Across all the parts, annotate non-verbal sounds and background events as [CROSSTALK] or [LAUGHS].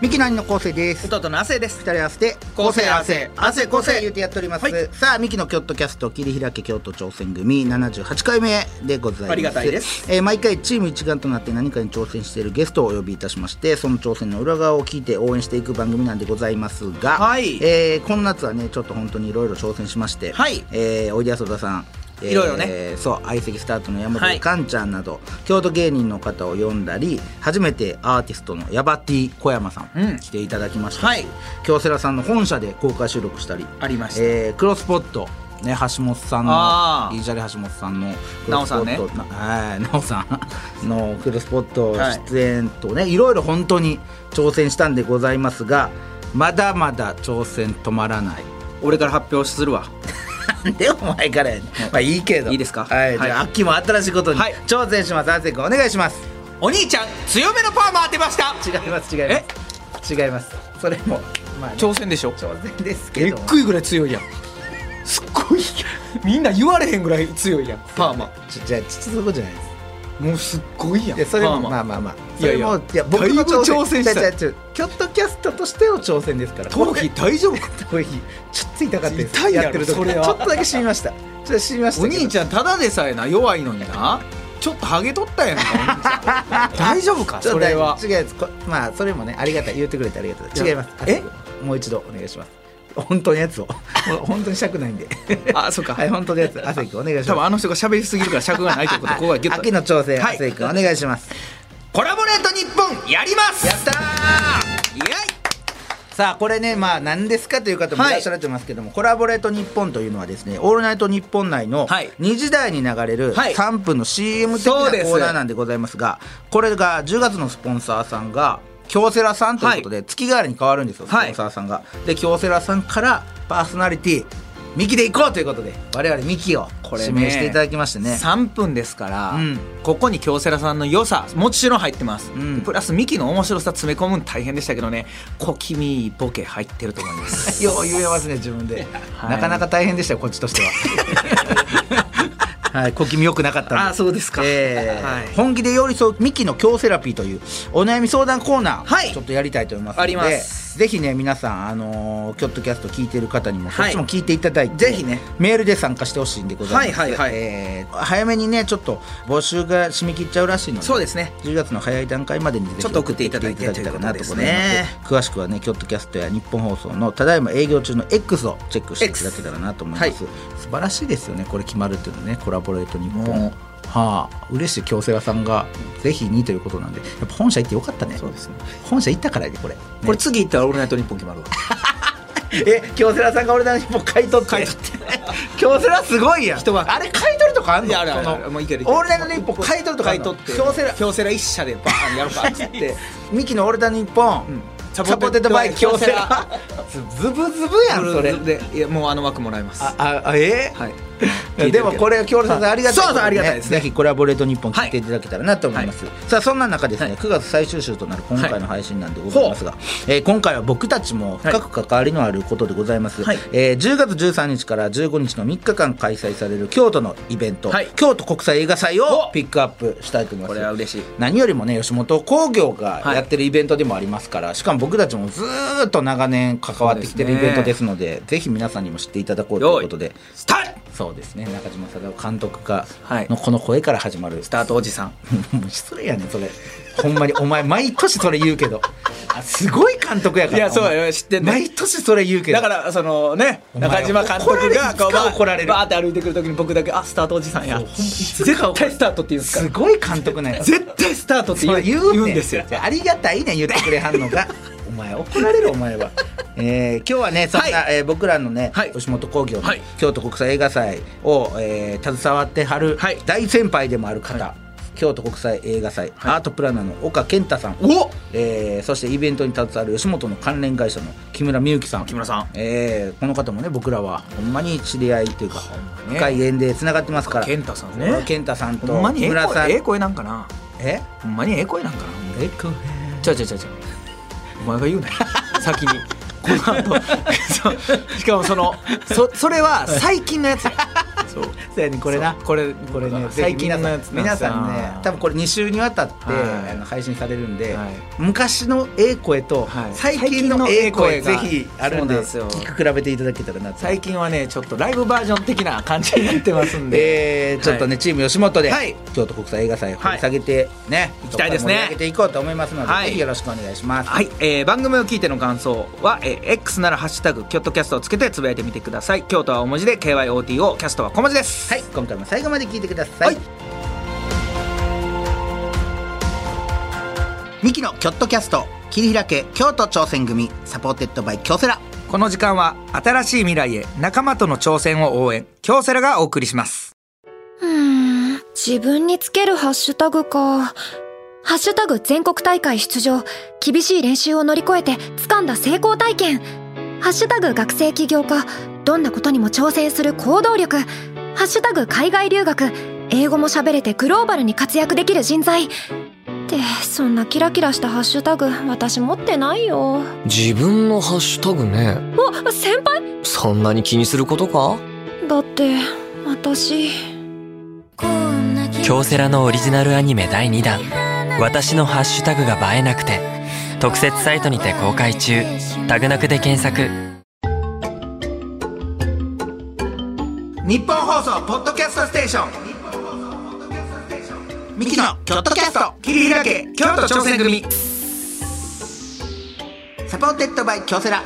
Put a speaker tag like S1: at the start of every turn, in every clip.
S1: ミキの兄の構成です
S2: 弟の亜生です
S1: 二人合わせて
S2: 構成合わせ
S1: 合わせ構
S2: 構成
S1: 成言うてやっております、
S2: はい
S1: さあミキのキョットキャスト切り開け京都挑戦組78回目でございます
S2: ありがたいです、
S1: えー毎回チーム一丸となって何かに挑戦しているゲストをお呼びいたしましてその挑戦の裏側を聞いて応援していく番組なんでございますが、
S2: はい
S1: えー、この夏はねちょっと本当にいろいろ挑戦しまして、
S2: はい
S1: えーおいでやす小田さんえー
S2: いろいろね
S1: そう相席スタートの山
S2: は
S1: 本
S2: い
S1: かんちゃんなど、京都芸人の方を呼んだり初めてアーティストのヤバティ小山さん、
S2: うん
S1: 来ていただきましたし、
S2: はい
S1: 京セラさんの本社で公開収録したり
S2: ありました
S1: えークロスポットね、橋本さん
S2: あ
S1: の
S2: ー
S1: イージャレ橋本さんのク
S2: な
S1: ロ
S2: お
S1: ス
S2: さ
S1: ポ
S2: んね
S1: ットな [LAUGHS] はいなおさんのクロスポット出演とね、い、ろいろ本当に挑戦したんでございますがまだまだ挑戦止まらない
S2: 俺から発表するわ
S1: なんでお前からやねん [LAUGHS] まあいいけど
S2: いいですか
S1: はい、じゃあ
S2: はい
S1: 秋も新しいことに
S2: はい
S1: 挑戦します、亜生君お願いします
S2: お兄ちゃん強めのパーマ当てました
S1: 違います違います違いますそれもまあ、ね、
S2: 挑戦でしょ
S1: 挑戦です
S2: え
S1: け
S2: っ
S1: ど
S2: くいぐらい強いやんすっごいみんな言われへんぐらい強いやんパーマ
S1: ちょじゃあちょっとそこじゃないです
S2: もうすっごいや
S1: いやそれもま
S2: ま
S1: あ
S2: あ
S1: まあまあそ
S2: いや
S1: れ
S2: いや
S1: もいや僕の
S2: だいぶ
S1: 挑
S2: 挑
S1: 戦
S2: 戦した
S1: 違う違う違うキョットキャストとしての挑戦ですから
S2: 頭皮大丈夫か
S1: 頭皮ちょっと痛かったです
S2: 痛いやろ
S1: ってる時
S2: それは
S1: ちょっとだけ染みましたちょっと染みました
S2: [LAUGHS] お
S1: けど
S2: 兄ちゃんただでさえな弱いのになちょっとハゲとったやんかお兄ちゃん [LAUGHS] 大丈夫か
S1: ちょっと
S2: それは
S1: 違うやつこまあそれもねありがたい言ってくれてありがたい違います
S2: え
S1: もう一度お願いします本当のやつをもう本当にしたくないんで
S2: あそうか
S1: はい本当のやつ亜生君お願いし
S2: 多分
S1: ま
S2: あの人が喋りすぎるから尺がないってことここがギ
S1: す
S2: ュッと
S1: 秋の挑戦
S2: は
S1: 亜
S2: い
S1: 生君お願いします
S2: コラボレート日本やります
S1: やったー
S2: イエイ
S1: さあこれねまあ何ですかという方もいらっしゃると思いますけども、コラボレート日本というのはですね「オールナイト日本内の
S2: はい
S1: 2時台に流れる
S2: はい
S1: 3分の CM 的なコ
S2: そうです
S1: ーナーなんでございますがこれが10月のスポンサーさんが京セラさんということで、月替わりに変わるんですよスポ
S2: はい
S1: ンサーさんが。で京セラさんからパーソナリティミキで行こうということで我々ミキを
S2: これ
S1: 指
S2: ね
S1: 名していただきましてね
S2: 3分ですから、
S1: うん
S2: ここに京セラさんの良さもちろん入ってます、
S1: うん
S2: プラスミキの面白さ詰め込むの大変でしたけどね小気味いボケ入ってると思いま
S1: [LAUGHS]
S2: す
S1: よう言えますね自分で、
S2: はい
S1: なかなか大変でしたよこっちと
S2: [LAUGHS]
S1: してははい小気味よくなかったんで
S2: あそうですか
S1: えー
S2: はい
S1: 本気で寄り添うミキの強セラピーというお悩み相談コーナー、
S2: はい
S1: ちょっとやりたいと思いますので
S2: あります
S1: ぜひね皆さんあのーキョットキャスト聞いてる方にもそ
S2: は
S1: っ
S2: い
S1: ちも聞いていただいて、
S2: ぜひね
S1: メールで参加してほしいんでございます、
S2: はいはいはい
S1: えー早めにねちょっと募集が締め切っちゃうらしいので
S2: そうですね
S1: 10月の早い段階までにぜひ
S2: ちょっと送っていただいて
S1: 送っていただきたいなと思い
S2: と
S1: ま
S2: いう
S1: す詳しくはねキョットキャストや日本放送のただいま営業中の X をチェックしていただけたらなと思います、
S2: X
S1: 素晴らしいですよねこれ決まるっていうのねコラボレート日本
S2: もう
S1: はあ嬉しい京セラさんがぜひにということなんでやっぱ本社行ってよかったね
S2: そうですね
S1: 本社行ったからねこれ
S2: これ次行ったら「オールナイトニッポン」決まるわ
S1: え京セラさんが俺らにもう買い取って
S2: 買い
S1: [LAUGHS] 京セラすごいやん
S2: 人は
S1: あれ買い取るとかあんの
S2: いやあるある
S1: その
S2: あるもういけるいける
S1: オールナイトニッポン買い取るとかあ
S2: 買
S1: ん
S2: い
S1: の
S2: 取って
S1: 京セラ
S2: 京セラ一社でバーンやるかっ
S1: [LAUGHS]
S2: つって、
S1: ミキのオールナイトニッポ
S2: うん
S1: ン
S2: サポーテッドバイ京セラ
S1: [LAUGHS] ズブズブやんそれ
S2: でいやもうあの枠もらいます
S1: あああえー
S2: はい
S1: いやでもこれは京セラさんありがたい
S2: そうそうありがたいですね
S1: ぜひコラボレート日本聞いていただけたらなと思います、さあそんな中ですね、
S2: はい
S1: 9月最終週となる今回の配信なんでございますが、えー今回は僕たちも深く関わりのあることでございます、
S2: はい
S1: えー10月13日から15日の3日間開催される京都のイベント、
S2: はい
S1: 京都国際映画祭を
S2: お
S1: ピックアップしたいと思います
S2: これは嬉しい
S1: 何よりもね吉本興業が
S2: はい
S1: やってるイベントでもありますから、しかも僕たちもずーっと長年関わってきてるイ
S2: そう
S1: ベン
S2: ですね
S1: トですのでぜひ皆さんにも知っていただこうということで
S2: スタート
S1: そうですね中島貞夫監督が
S2: はい
S1: のこの声から始まる、
S2: スタートおじさん
S1: もう失礼やねんそれほんまにお前毎年それ言うけどあすごい監督やから
S2: いやそうや
S1: お前
S2: 知ってんね
S1: 毎年それ言うけど
S2: だからそのね
S1: お前は
S2: 中島監督が
S1: 怒られるいつか
S2: バー
S1: 怒られる
S2: バーって歩いてくるときに僕だけあスタートおじさんや
S1: そうほんいつか怒られる
S2: 絶対スタートって言うんです
S1: す
S2: か
S1: ごい監督なんや
S2: ら
S1: から
S2: 絶対スタートっ
S1: そ
S2: て言う
S1: れ言う
S2: 言
S1: ね
S2: うんですよ
S1: じゃあありがたいねん言ってくれはんのが [LAUGHS] お前怒られるお前 [LAUGHS] は、えー今日はねそんな、
S2: は
S1: えー僕らのね、
S2: はい
S1: 吉本興業の
S2: はい
S1: 京都国際映画祭を、えー携わってはる
S2: はい
S1: 大先輩でもある方、京都国際映画祭、アートプランナーの岡健太さん
S2: お
S1: えーそしてイベントに携わる吉本の関連会社の木村美幸さん
S2: 木村さん
S1: えーこの方もね僕らはほんまに知り合いというか、
S2: んまね
S1: 深い縁でつながってますから
S2: 健太さんね
S1: この健太さんと
S2: ほんまに
S1: 木
S2: ええ
S1: 村さん
S2: 声ええ声なんかな
S1: え
S2: ほんまにええ声なんかな
S1: えこれ
S2: ちゃうちゃうちゃうちゃうお前が言う
S1: [LAUGHS]
S2: なよ先にこの後そうしかもそのそそれは最近のやつやそう
S1: そうやねこれな
S2: これ
S1: これね
S2: 最近のやつ
S1: 皆さん皆さんね多分これ2週にわたって、
S2: はい
S1: あの配信されるんで、
S2: はい
S1: 昔のええ声と
S2: はい
S1: 最近のええ声
S2: 最近
S1: ぜ
S2: のええ
S1: ひ
S2: 声が
S1: あるんで
S2: そうなんですよ
S1: 聞き比べていただけたらなと
S2: 最近はねちょっとライブバージョン的な感じになってますんで、
S1: えーちょっとね、チーム吉本で、
S2: はい
S1: 京都国際映画祭を掘り下げてね、
S2: 行きたいですね
S1: 盛り上げていこうと思いますので、
S2: はい
S1: ぜひよろしくお願いします。
S2: はい、えー番組を聞いての感想は、えー X なら「ハッシュタグキョットキャスト」をつけてつぶやいてみてください京都は大文字で KYOTO キャストは小文字です
S1: はい、今回も最後まで聞いてください。
S2: はい
S1: ミキのキョットキャスト切り開け京都挑戦組サポーテッドバイ京セラ。
S2: この時間は新しい未来へ仲間との挑戦を応援京セラがお送りします
S3: うーん自分につけるハッシュタグか。ハッシュタグ全国大会出場。厳しい練習を乗り越えて掴んだ成功体験。ハッシュタグ学生起業家。どんなことにも挑戦する行動力。ハッシュタグ海外留学。英語も喋れてグローバルに活躍できる人材。って、そんなキラキラしたハッシュタグ私持ってないよ。
S4: 自分のハッシュタグね
S3: あ、先輩
S4: そんなに気にすることか
S3: だって、私。
S4: 京セラのオリジナルアニメ第2弾「私のハッシュタグが映えなくて」特設サイトにて公開中タグなくで検索
S2: 日本放送ポッドキャストステーションミキのキョットキャスト切り開け京都挑戦組
S1: サポーテッドバイ京セラ。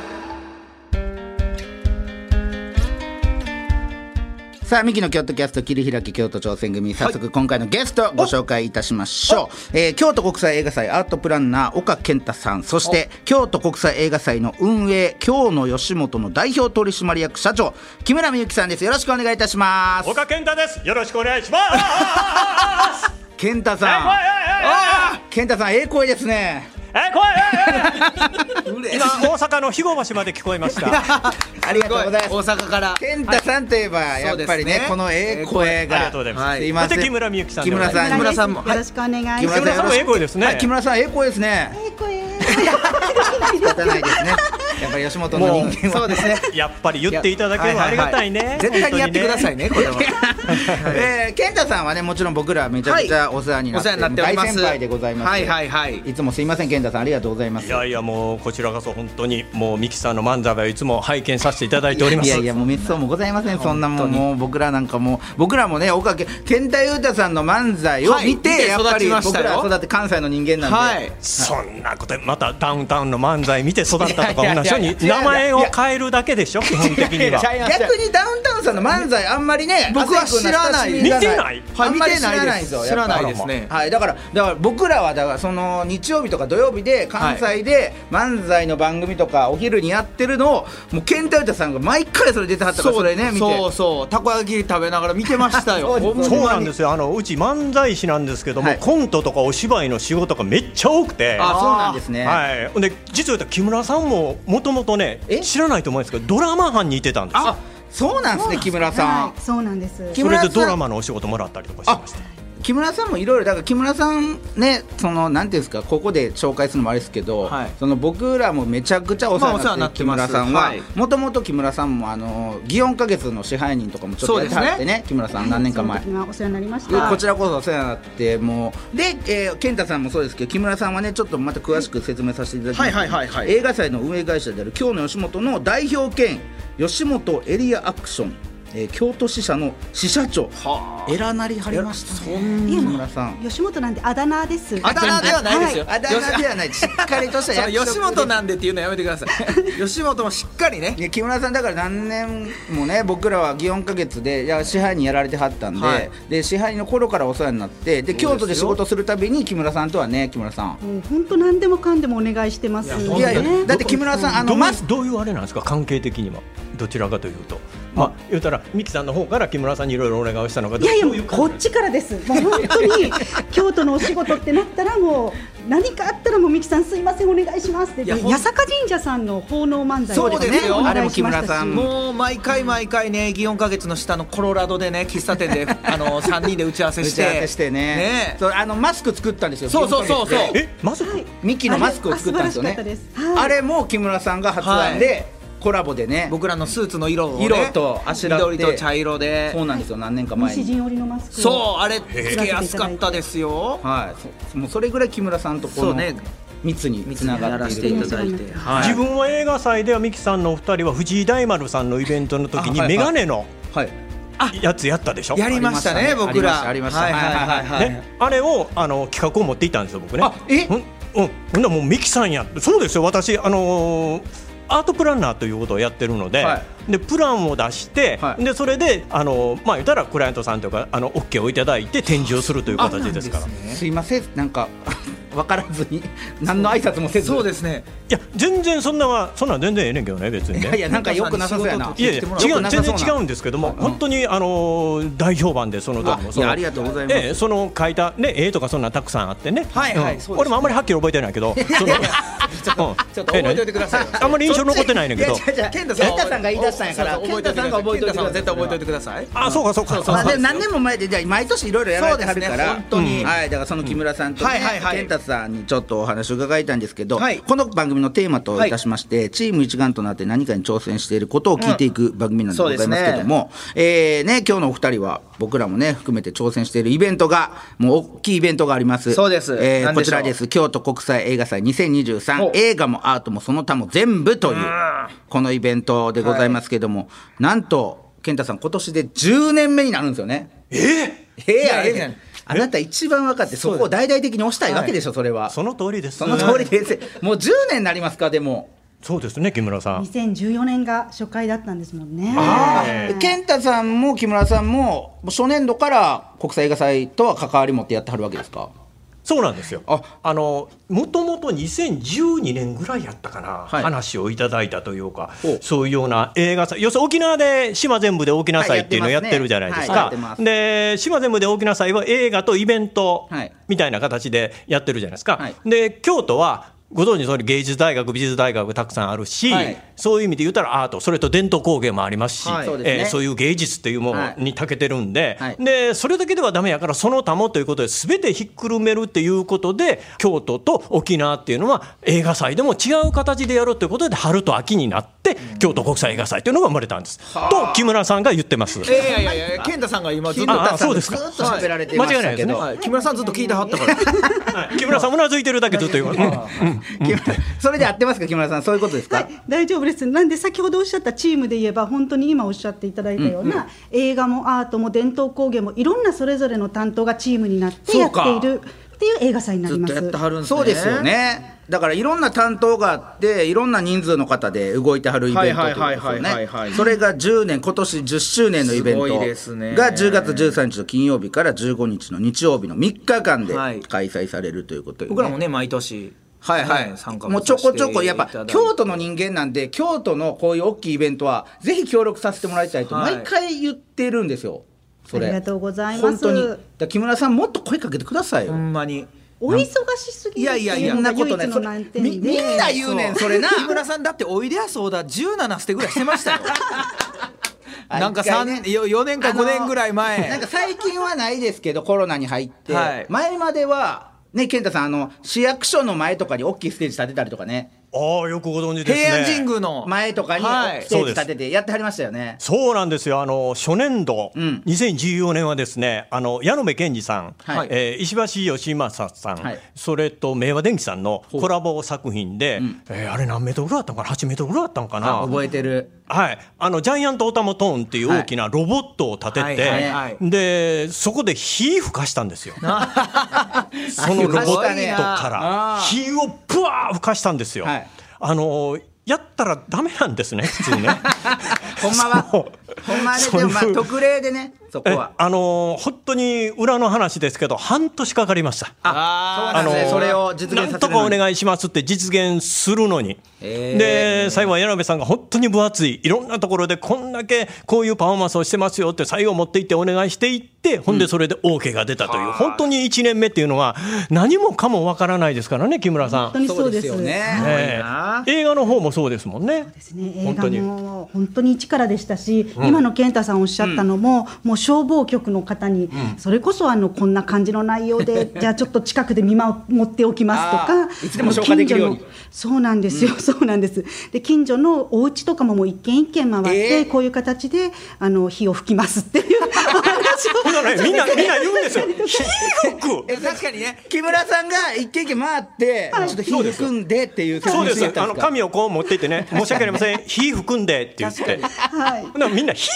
S1: さあ、ミキの京都キャスト切り開き京都挑戦組、早速今回のゲストをご紹介いたしましょう。えー京都国際映画祭アートプランナー岡健太さん、そして京都国際映画祭の運営、京の吉本の代表取締役社長、木村美幸さんです。よろしくお願いいたします。
S5: 岡健太です。よろしくお願い
S2: [LAUGHS]
S5: します。
S1: 健太さん。あー健太さん、ええ声ですね。
S5: え、怖い。今大阪の肥後橋まで聞こえました。
S1: ありがとうございます。
S2: 大阪から
S1: 健太さんといえば、やっぱりね
S2: そうですね
S1: このええ声が、
S5: ありがとうございます
S1: すいません
S5: そして木村美幸さん
S1: 木
S5: でござ
S1: 村
S5: います
S1: さん
S2: 木村さんも
S6: よろしくお願いします。
S5: 村さんもええ声ですね
S1: はい木村さんええ声ですね。
S6: ええ声
S1: 仕方ないですね。やっぱり吉本の人間は。
S2: そうですね
S5: やっぱり言っていただければありがたいね。
S2: 絶対にやってください
S5: ね。
S2: ねこれは
S1: [LAUGHS] えー健太さんはねもちろん僕らめちゃくちゃお世話にな
S2: お
S1: っ
S2: 世
S1: て,、
S2: 話になっております
S1: 大先輩でございます。
S2: はいはいはい
S1: いつもすいません健太さんありがとうございます。
S5: いやいやもうこちらこそ本当にもうミキさんの漫才はいつも拝見させていただいております。
S1: いやいやもう滅相もございませんそんなもんもう僕らなんかもう僕らもね岡健健太裕太さんの漫才を
S2: はい
S1: 見て、
S2: 見て
S1: やっぱり
S2: 育ちまし
S1: 僕
S2: たよ
S1: らは育って関西の人間なんで、
S2: [LAUGHS] はい
S5: そんなことまたダウンタウンの漫才見て育ったとか同じよう
S2: いや
S5: に
S2: いやいや
S5: 名前を変えるだけでしょ基本的には。
S1: 逆にダウンタウンさんの漫才あんまりね
S2: 僕は知らない
S1: 亜生君の親しみが
S5: 見て
S2: ない
S1: あんまり知
S2: はい見てない
S1: らないで
S2: で
S1: すす
S2: 知らないですね
S1: はいだからだから僕らはだからその日曜日とか土曜日で関西で漫才の番組とかお昼にやってるのをもう健太歌さんが毎回それ出てはったからそれね見て
S2: そうそうたこ焼き食べながら見てましたよ
S1: そうです
S5: そうなんですすよあのうち漫才師なんですけども、
S1: はい
S5: コントとかお芝居の仕事がめっちゃ多くて
S1: あそうなんですね
S5: はい、ほんで実を言うと木村さんももともとね
S1: え
S5: 知らないと思うんですけどドラマ班にいてたんですよ
S1: あそうなんですね木村さん
S6: はい、そうなんです。
S1: 木
S5: そ
S1: 村
S5: れ
S1: さん
S5: でドラマのお仕事もらったりとかしてました
S1: 木村さんもいろいろだから木村さんねそのなんていうんですかここで紹介するのもあれですけど、
S2: はい
S1: その僕らもめちゃくちゃお世話になってる木
S2: まあお世
S1: 村
S2: 話になってます
S1: さんは
S2: はい
S1: もともと木村さんもあの祇園花月の支配人とかもちょっとやってはっ
S2: そうで
S1: て
S2: す
S1: ね木村さん何年か前
S6: その時はお世話になりまし
S1: で
S6: た。
S1: こちらこそお世話になってもうで、えー、健太さんもそうですけど木村さんはねちょっとまた詳しく説明させていただきます、
S2: はいはいはいはい
S1: 映画祭の運営会社である京の吉本の代表兼吉本エリアアクション、えー京都支社の支社長偉なりはりましたね木村さん
S6: 吉本なんであだ名です。
S2: あだ名ではないですよ、
S6: は
S1: あだ名ではないしっかりとした
S2: その
S1: 役職
S2: 吉本なんでっていうのやめ
S1: [LAUGHS]
S2: てください吉本もしっかりね
S1: いや木村さんだから何年もね僕らは祇園花月でいや支配にやられてはったんで,、
S2: はい
S1: で支配の頃からお世話になってで京都で仕事するたびに木村さんとはね木村さん
S6: いもう本当何でもかんでもお願いしてます。
S1: いやいやだって木村さんあ
S5: ど
S1: の
S5: う
S1: マス
S5: どういうあれなんですか関係的にはどちらかというとまあ言うたらからミキさんの方から木村さんにいろいろお願いをしたのか
S6: いやいや
S5: どうう
S6: こっちからですもう本当に京都のお仕事ってなったらもう何かあったらもうミキさんすいませんお願いしますって
S2: いやほん
S6: 八坂神社さんの奉納漫才
S2: そうですね
S6: お
S1: あれ
S6: 願
S1: も
S6: いし
S1: 木
S6: ました
S1: 村
S6: し
S1: さん
S2: もう毎回毎回ね、祇園花月の下のコロラドでね、喫茶
S1: [LAUGHS]
S2: 店で、あの三人で打ち合わせ
S1: 打
S2: し
S1: ち
S2: て。
S1: 合わせしてねそうあのマスク作ったんですよ
S2: そうそうそうそう
S5: えまずか
S1: ミキのマスクを作ったんですよね
S6: あれあ素晴らしかったですはい
S1: あれも木村さんが発案でコラボでね
S2: 僕らのスーツの色を、ね、
S1: 色とあしらって
S2: 緑と茶色で
S1: そうなんですよ何年か前
S6: 西
S1: に
S6: 陣織のマスクを
S2: そうあれつけやすかったですよ
S1: はいそもうそれぐらい木村さんとこ
S2: そう
S1: の
S2: ね
S1: 密につな
S2: や
S1: がっ
S2: ら
S1: て
S2: せ
S1: い
S2: て
S1: る
S2: いただいて、はい、
S5: 自分は映画祭ではミキさんのお二人は藤井大丸さんのイベントの時に
S1: あはい
S5: メ
S1: はい
S5: ガネの
S1: はい
S5: やつやったでしょ
S2: やりました
S1: あ
S2: ね
S1: りましたね
S2: 僕ら
S1: ありましたあ
S2: は
S1: り
S2: い
S1: ました
S2: はいはいはい、
S5: ね、あれをあの企画を持っていたんですよ、僕ね。
S1: あえ
S5: うん、うん、ほんならもうミキさんや、そうですよ、私、あのーアートプランナーということをやってるので、
S1: は
S5: でプランを出して、
S1: はい
S5: でそれで、あのーまあ、言ったらクライアントさんというか、あの OK をいただいて展示をするという形ですから。
S1: すいませんなんか [LAUGHS] 分からずに何の挨拶もせず
S2: そうですね
S5: いや、全然そんなは、そんなん全然ええねんけどね、別に
S1: いやい
S5: ね。
S1: やなんか良くなさそうやない
S5: やい
S2: 来
S5: や
S2: ても
S5: 違
S2: ら
S5: う
S1: う
S5: 全然違うんですけども、
S1: うん
S5: 本当にあのー大評判でその時も
S1: あ
S5: そ
S1: いや
S5: の
S1: ありがとうございます、
S5: ええ、その書いた、ね、絵とかそんなたくさんあってね、
S1: はいはい
S5: う
S1: そうで
S5: ん
S1: すね
S5: 俺もあんまりはっきり覚えてないけど、そのうん
S2: ちょっと覚えておいてくださいよ
S5: あんまり印象残ってないねんだけど
S1: いや違う違う
S2: 健太さん
S1: 健太さんが言い出したんやから
S2: そうそう
S1: 健太さんが覚えておいてください
S2: 健太さんは絶対覚えておいてください
S5: あ、そうかそうか。
S2: そうそう
S1: まあ、
S2: そう
S1: で何年も前でじゃあ毎年いろいろやられてはるか
S2: そ
S1: ら、
S2: うですね本当に
S1: うんはい、だからその木村さんと、ね
S2: うんはいはいはい
S1: 健太さんにちょっとお話を伺いたいんですけど、
S2: はい
S1: この番組のテーマといたしまして、チーム一丸となって何かに挑戦していることを聞いていく番組なんで
S2: そ
S1: ご
S2: う
S1: ざい
S2: で
S1: ます
S2: すね
S1: けども、えーね、今日のお二人は僕らもね含めて挑戦しているイベントがもう大きいイベントがあります
S2: そうです
S1: えー
S2: 何
S1: こ
S2: でしょう
S1: ちらです京都国際映画祭2023
S2: お
S1: 映画もアートもその他も全部というこのイベントでございますけども、なんと健太さん今年で10年目になるんですよねええやんええやんあなた一番分かってそこを大々的に押したいわけでしょそれは
S5: その通りです。
S1: その通りですもう10年になりますかでも
S5: そうですね、木村さん。
S6: 2014年が初回だったんですもんね
S1: で健太さんも木村さんももう初年度から国際映画祭とは関わり持ってやってはるわけですか
S5: そうなんですよ。
S1: あ
S5: あ、の、もともと2012年ぐらいやったかな、
S1: い
S5: 話をいただいたというか
S1: ほう。
S5: そういうような映画祭、要するに沖縄で島全部で沖縄祭っていうのを
S1: は
S5: や
S1: い
S5: ってるじゃないです
S1: やっ
S5: か
S1: てま。すね
S5: で、島全部で沖縄祭は映画とイベント
S1: はい
S5: みたいな形でやってるじゃないですか。
S1: はい
S5: で、京都は。ご存知の通り芸術大学美術大学たくさんあるし、
S1: はい
S5: そういう意味で言ったらアートそれと伝統工芸もありますし、
S1: はいそうですね
S5: えーそういう芸術というものに長けてるんで、
S1: はい
S5: でそれだけではダメやからその他もということで全てひっくるめるっていうことで京都と沖縄っていうのは映画祭でも違う形でやろうということで春と秋になって京都国際映画祭というのが生まれたんです。と木村さんが言ってます。
S2: いやいやいやいや健太さんが今ずっと
S5: ああそうです
S1: ずっ
S5: か
S1: と喋られてましたけど、
S5: 間
S2: はい木村さんずっと聞いてはっ
S1: [LAUGHS]
S2: たから
S5: はい木村さんうなずいてるだけずっと言うから。うん
S1: 木村それで合ってますか木村さんそういうことですか、
S6: はい、大丈夫です。なんで先ほどおっしゃったチームで言えば本当に今おっしゃっていただいたような、映画もアートも伝統工芸もいろんなそれぞれの担当がチームになって
S1: そ
S6: や
S1: う
S6: っ
S1: か
S6: ているっていう映画祭になります。
S2: るんですね
S1: そうですよねだからいろんな担当があっていろんな人数の方で動いてはるイベントということですよ
S2: はいはいはいはいはいは
S1: ね
S2: い
S1: それが10年今年10周年のイベント
S2: す
S1: が
S2: ごいですね
S1: 10月13日の金曜日から15日の日曜日の3日間で
S2: はい
S1: 開催されるということで、
S2: 僕らもね毎年
S1: はいはい、
S2: ね参加
S1: もうちょこちょこやっぱ京
S2: 都
S1: 都の人間なんで京都のこういう大きいイベントはぜひ協力させてもらいたいと
S2: はい
S1: 毎回言ってるんですよ、それ
S6: ありがとうございます
S1: 本当にだから木村さんもっと声かけてくださいよ、
S2: ほんまに
S6: お忙しすぎるっていうのが唯一の難点で。
S1: みみんな言うねんそれな
S2: 木村さんだっておいでやそうだ17捨てぐらいして
S1: [LAUGHS]
S2: ましたよなんか
S1: 一回
S2: 三
S1: ね
S2: よ4年か5年ぐらい
S1: あのなん
S2: 前
S1: か最近はないですけど、コロナに入って、
S2: はい
S1: 前までは、ね、健太さん、あの、市役所の前とかに大きいステージ立てたりとかね、
S5: ああよくご存知ですね。
S2: 平安神宮の
S1: 前とかに
S2: は
S1: 大
S2: い
S1: きいステージ立ててやってはりましたよね。
S5: そうなんですよ。あの初年度、
S1: ん
S5: 2014年はですね、あの矢野目健二さん、
S1: はい
S5: えー石橋義正さん、
S1: はい
S5: それと明和電機さんのコラボ作品で、えーあれ何メートルぐらいあったのかな、8メートルぐらいあったのかな。
S1: 覚えてる。
S5: はい、あのジャイアントオタマトーンっていう大きなロボットを立てて、
S2: はいはいはい
S5: でそこで火吹かしたんですよ。そのロボット
S1: ありました
S2: ね
S5: から火をぶわー吹かしたんですよ。
S1: はい
S5: あのやったらダメなんですね普通ね。
S1: ほんまは
S5: そう
S1: ほんまあれでもまあ特例でねそこ
S5: え
S1: は
S5: あのー本当に裏の話ですけど半年かかりました。
S1: あそうなんですねそれを実現させるのに
S5: なんとかお願いしますって実現するのに、
S1: へー
S5: で最後は矢部さんが本当に分厚いいろんなところでこんだけこういうパフォーマンスをしてますよって最後持っていってお願いしていってほんでそれで OK が出たという、本当に1年目っていうのは何もかもわからないですからね木村さ
S6: 本当
S5: ん。
S6: にそうです
S1: よね
S5: え
S1: は
S5: え映画の方もそうですもんね。
S6: ですね、映
S5: 本
S6: 画
S5: 当に
S6: も本当に一からでしたし、今の健太さんおっしゃったのも、もう消防局の方に、それこそあのこんな感じの内容でじゃあちょっと近くで見守っておきますと
S1: あー
S6: か
S1: いつでも消化できるように
S6: 近所のそうなんですよ、そうなんですで近所のお家とかももう一軒一軒回って、
S1: えー
S6: こういう形であの火を吹きますっていうお
S5: ほんな
S6: 話
S5: ら [LAUGHS] ね
S6: を
S5: みんなみんな言うん
S1: [LAUGHS]
S5: ですよ。ひどく
S1: え確かにね木村さんが一軒一軒回ってちょっと火含んでっていう
S5: そうです
S1: 説明して
S5: あ
S1: やった
S5: の
S1: んか
S5: 紙をこう持っていってね、申し訳ありません、火含んでって言って、
S6: はい
S5: ほんならみんな、火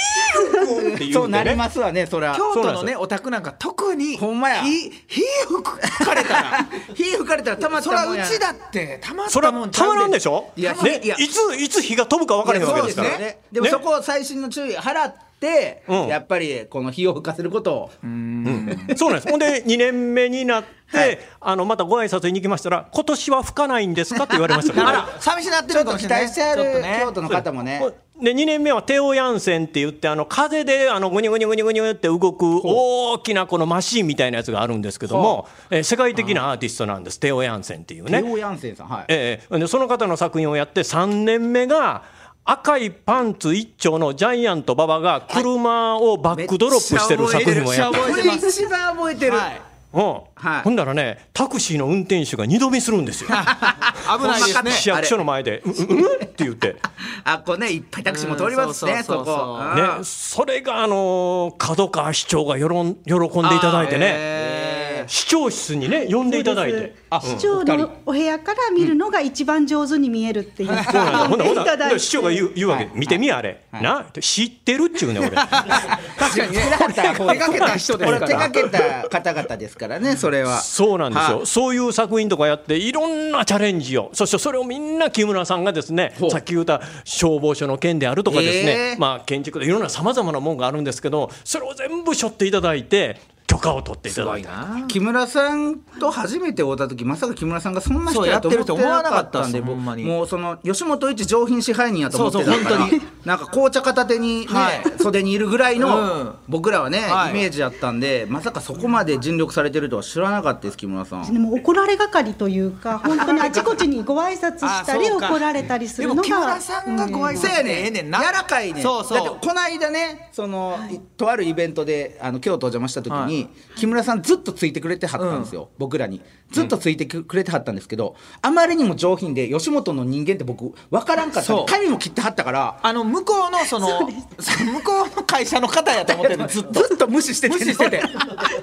S5: 含んって言
S1: そううんな
S5: で
S1: り
S5: ね、
S1: ますわねそら
S2: 京都
S5: そ
S2: の
S5: うなんで
S2: ねお宅なんか特に
S1: ほんまや
S2: 火火吹かれたら
S1: [LAUGHS] 火吹かれたらたまっ
S2: そ
S1: た
S2: ら
S1: もん
S2: う
S1: や
S2: ちだってたまっ
S5: そ
S2: た
S5: れ
S2: も
S5: は
S2: ん
S5: たまらんでしょ、
S1: いや
S5: ね、
S1: いや
S5: いついつ火が飛ぶか分からへんわけですか
S1: いや
S5: ら
S1: そう。ねでも
S5: ね
S1: そこを細心の注意払って、
S5: うん
S1: やっぱりこの火を吹かせることを、
S5: そうなんです。ほんで2年目になって、
S1: はい
S5: あのまたご挨拶に行きましたら、今年は吹かないんですかって言われましたから。
S2: あら寂しなって
S1: ちょっ
S2: るか
S1: と
S2: もし
S1: 期
S2: れない
S1: 待してある、
S2: ち
S1: 京
S2: ょっとね
S1: 都の方もね
S5: で2年目はテオヤンセンって言ってあの風であのグニュグニュグニュグニュって動く大きなこのマシンみたいなやつがあるんですけども、えー世界的なアーティストなんですテオヤンセンっていうね。
S1: テオヤンセンさんはい
S5: ええでその方の作品をやって3年目が赤いパンツ一丁のジャイアント馬場が車をバックドロップしてる作品をやった、
S1: こ
S2: 覚えて
S1: れ
S2: ます
S1: 一番覚えてる、
S2: はい
S5: うん
S1: はい
S5: ほんだらねタクシーの運転手が二度見するんですよ
S2: 危ないですね
S5: 市役所の前で「ううん?」って言って。
S1: あこうねいっぱいタクシーも通りますし
S2: う
S1: ね
S2: んそ
S1: そ
S2: うそうそう
S1: こ
S2: そう
S1: うん
S5: ね、それがあのー角川市長がよろん喜んでいただいてね、
S2: え
S5: 市長室にね呼んでいただいて。あ
S6: 市長のお部屋から見るのが一番上手に見えるっていう、う
S5: そうなんだほんならほんな
S6: [LAUGHS] ただい
S5: ら
S6: て
S5: 市長が言う言うわけ、
S1: はい
S5: 見てみあれ、な知ってるっちゅうね俺
S2: 確かにね手がけた人です
S1: これ
S2: か
S1: 手
S2: ら
S1: 掛けた方々ですからねそれは
S5: そうなんですよ、
S1: はい
S5: そういう作品とかやっていろんなチャレンジをそしてそれをみんな木村さんがですね
S1: ほう
S5: さっき言った消防署の件であるとかですね、
S1: えー
S5: まあ、建築でいろんなさまざまなもんがあるんですけどそれを全部背負っていただいて許可を取っていただいた。
S1: 木村さんと初めて会った時まさか木村さんがそんな人
S2: そう
S1: やと思ってなかったんで
S2: やってると思わなかったですほんまに
S1: もうその吉本一上品支配人やと思ってたから
S2: そうそう本当に
S1: なんか紅茶片手に、ね
S2: はい
S1: 袖にいるぐらいの、
S2: うん
S1: 僕らはね、
S2: はい
S1: イメージやったんでまさかそこまで尽力されてるとは知らなかったです木村さん。
S6: でも怒られ係とい
S2: [LAUGHS]
S6: うか本当にあちこちにご挨拶
S2: あ
S6: したり
S2: そうか
S6: 怒られたりす
S2: で
S6: る
S2: も
S6: のが
S2: 木村さんがご挨拶
S1: そうやね
S2: ええねん
S1: ん
S2: な
S1: 柔らかいねん
S2: そうそう
S1: だってこの間ねその、いとあるイベントであの京都お邪魔した時に、
S2: はい
S1: 木村さんずっとついてくれてはったんですよ、僕らにずっとついてくれてはったんですけど、あまりにも上品で吉本の人間って僕分からんかったん
S2: そ
S1: で
S2: う
S1: 髪も切ってはったから
S2: あの向こうのそのその [LAUGHS] 向こうの会社の方やと思ってるずっと
S1: ずっと無視してて
S2: 無視し
S1: [LAUGHS]
S2: てて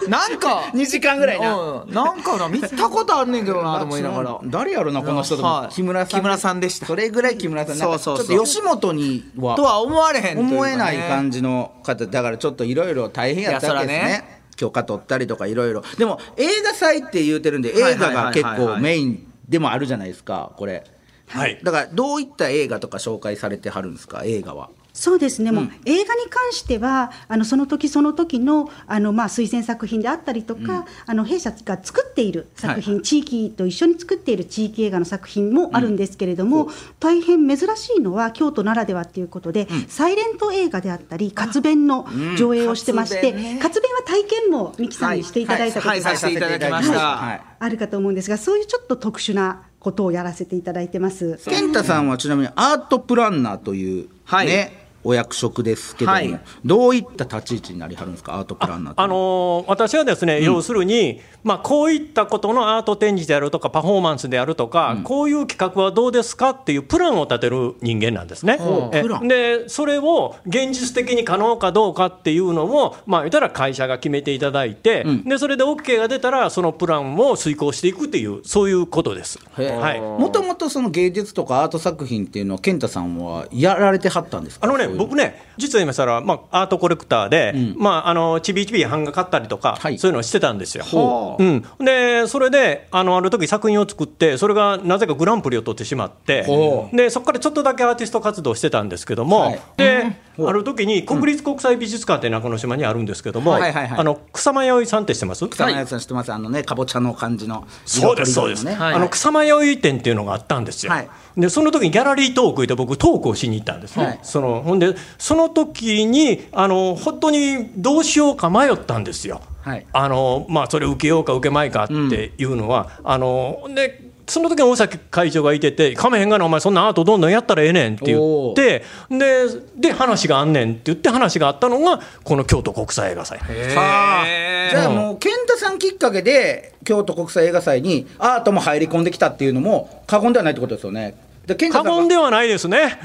S2: なんか
S1: 2時間ぐらいな。
S2: うんなんかな見たことあんねんけどなと思い
S1: [LAUGHS]
S2: ながら
S1: 誰やろなこの人と思って
S2: はい
S1: 木村さん
S2: 木村さんでした
S1: それぐらい木村さんなんか
S2: そうそうそう
S1: ちょっと吉本には
S2: とは思われへんというかね
S1: 思えない感じの方だからちょっといろいろ大変やったわけですね
S2: いやそら
S1: 許可取ったりとかいろいろでも映画祭って言うてるんで
S2: はい
S1: 映画が結
S2: はいはい
S1: 構
S2: はいはい
S1: メインでもあるじゃないですかこれ
S5: はい
S1: だからどういった映画とか紹介されてはるんですか映画は
S6: そうですね、もう映画に関してはあのその時その時のあのまあ推薦作品であったりとか、あの弊社が作っている作品、地域と一緒に作っている地域映画の作品もあるんですけれども、大変珍しいのは京都ならではということで、サイレント映画であったり活弁の上映をしてまして、
S2: 活弁ね
S6: 活弁は体験も三木さんにしていただいたこと
S2: は
S6: があ
S2: いはいはいさせていただきま
S1: し
S2: したた
S1: はい
S6: あるかと思うんですが、そういうちょっと特殊なことをやらせていただいてます。
S1: 健太さんはちなみにアートプランナーというね、
S2: はい
S1: お役職ですけども、
S2: はい
S1: どういった立ち位置になりはるんですかアートプランナーって
S5: あのー私はですね、要するに、まあ、こういったことのアート展示であるとかパフォーマンスであるとか、こういう企画はどうですかっていうプランを立てる人間なんですね
S1: ほう。
S5: え
S1: プラン
S5: でそれを現実的に可能かどうかっていうのを、まあ、言ったら会社が決めていただいて、
S1: ん
S5: でそれで OK が出たらそのプランを遂行していくっていうそういうことです。はい
S1: もともとその芸術とかアート作品っていうのは健太さんはやられてはったんですか
S5: あのね、
S1: そういう
S5: 僕ね、実は今さら、まあ、アートコレクターで、まあ、あの、ちびちび版画買ったりとか、
S1: はい
S5: そういうのをしてたんですよ。
S1: ほ
S5: うん。で、それで、あの、ある時作品を作って、それがなぜかグランプリを取ってしまって
S1: ほ、
S5: で、そこからちょっとだけアーティスト活動してたんですけども、
S1: はい
S5: で、ある時に国立国際美術館って中之島にあるんですけども、
S1: はいはいはい
S5: あの草間彌生さんって知ってます
S1: 草間彌生さん知ってます、あのね、かぼちゃの感じの
S5: そうです、そ
S1: 色
S5: う
S1: とりど
S5: です、
S1: りのね
S5: あの草間弥生展っていうのがあったんですよ、
S1: はい
S5: でその時にギャラリートークで僕、トークをしに行ったんですね、
S1: はい
S5: そのほんで、その時にあの本当にどうしようか迷ったんですよ、
S1: はい
S5: あのまあ、それ、受けようか受けまいかっていうのは、あのほんでその時の大崎会長がいてて、かめへんがな、お前、そんなアートどんどんやったらええねんって言
S1: お
S5: っ
S1: ー
S5: て、でで、話があんねんって言って、話があったのが、この京都国際映画祭。
S1: はあじゃあもう健太さんきっかけで京都国際映画祭にアートも入り込んできたっていうのも過言ではないってことですよね。で健
S5: 過
S1: 太さん
S5: 言ではないですね。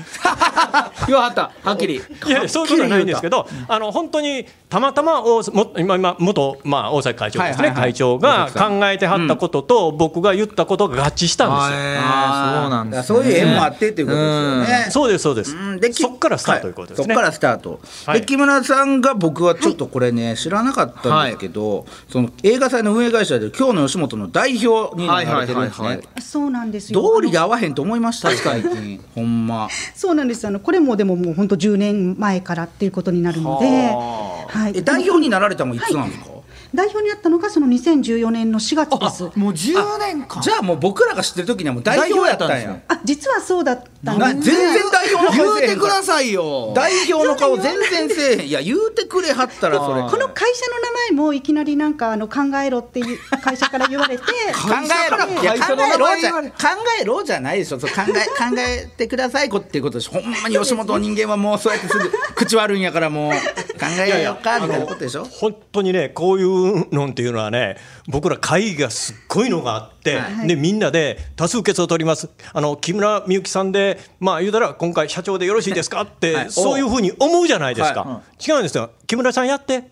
S2: 言わはったはっきり
S5: いやそういうことはないんですけど、あの本当にたまたま大も今今元、まあ、大崎会長ですね、
S1: はいはいはい
S5: 会長
S1: 大
S5: が
S1: 崎さん
S5: 考えてはったことと、僕が言ったことが合致したんですよ。
S2: あーそうな
S1: だか
S2: んで
S1: ら
S2: す
S1: そう
S2: ね
S1: いう縁もあってっていうことですよね。
S5: そうですそうです、
S1: うんき
S5: そっからスタートということですね、
S1: はいそっからスタート、
S5: はい
S1: で木村さんが僕はちょっとこれね、知らなかったんですけど、その映画祭の運営会社で今日の吉本の代表になられてるんですね、
S2: はいはいはいはい
S6: そうなんですよ
S1: 道理が合わへんと思いました最近
S2: [LAUGHS]
S1: ほんま
S6: そうなんですあのこれもでももう本当10年前からっていうことになるので、は
S1: え
S6: い、
S1: 代表になられたのもいつなんですか、
S6: 代表になったのがその2014年の4月です
S2: もう10年か
S1: じゃあもう僕らが知ってる時にはもう代表やったん
S2: 代表やったん
S1: や
S2: で
S6: あ実はそうだったんで
S1: な全然代表の
S2: 言
S1: 顔
S2: う
S1: せえへ
S2: て
S1: んか
S2: く
S1: ら
S2: ださいよ
S1: 代表の顔全然せえへんいや言うてくれはったらそれ
S6: [LAUGHS] この会社の名前もいきなりなんかあの考えろっていう会社から言われて
S1: [LAUGHS] 考えろいや
S2: 会
S1: 考
S2: 社の名
S1: えろ
S2: 前
S1: じゃ
S2: 言
S1: 考
S2: われ
S1: えろじゃないでしょそう考え [LAUGHS] 考えてくださいこっていうことでしょほんまに吉本の人間はもうそうやってすぐ口悪いんやからもう考えようかみたいなことでしょ
S5: 本当にねこういうのんっていうのはね僕ら会議がすっごいのがあって、でみんなで多数決を取りますあの木村美幸さんでまあ言うたら今回社長でよろしいですかって、
S1: はい
S5: そういうふうに思うじゃないですか、
S1: は
S5: 違うんですよ木村さんやって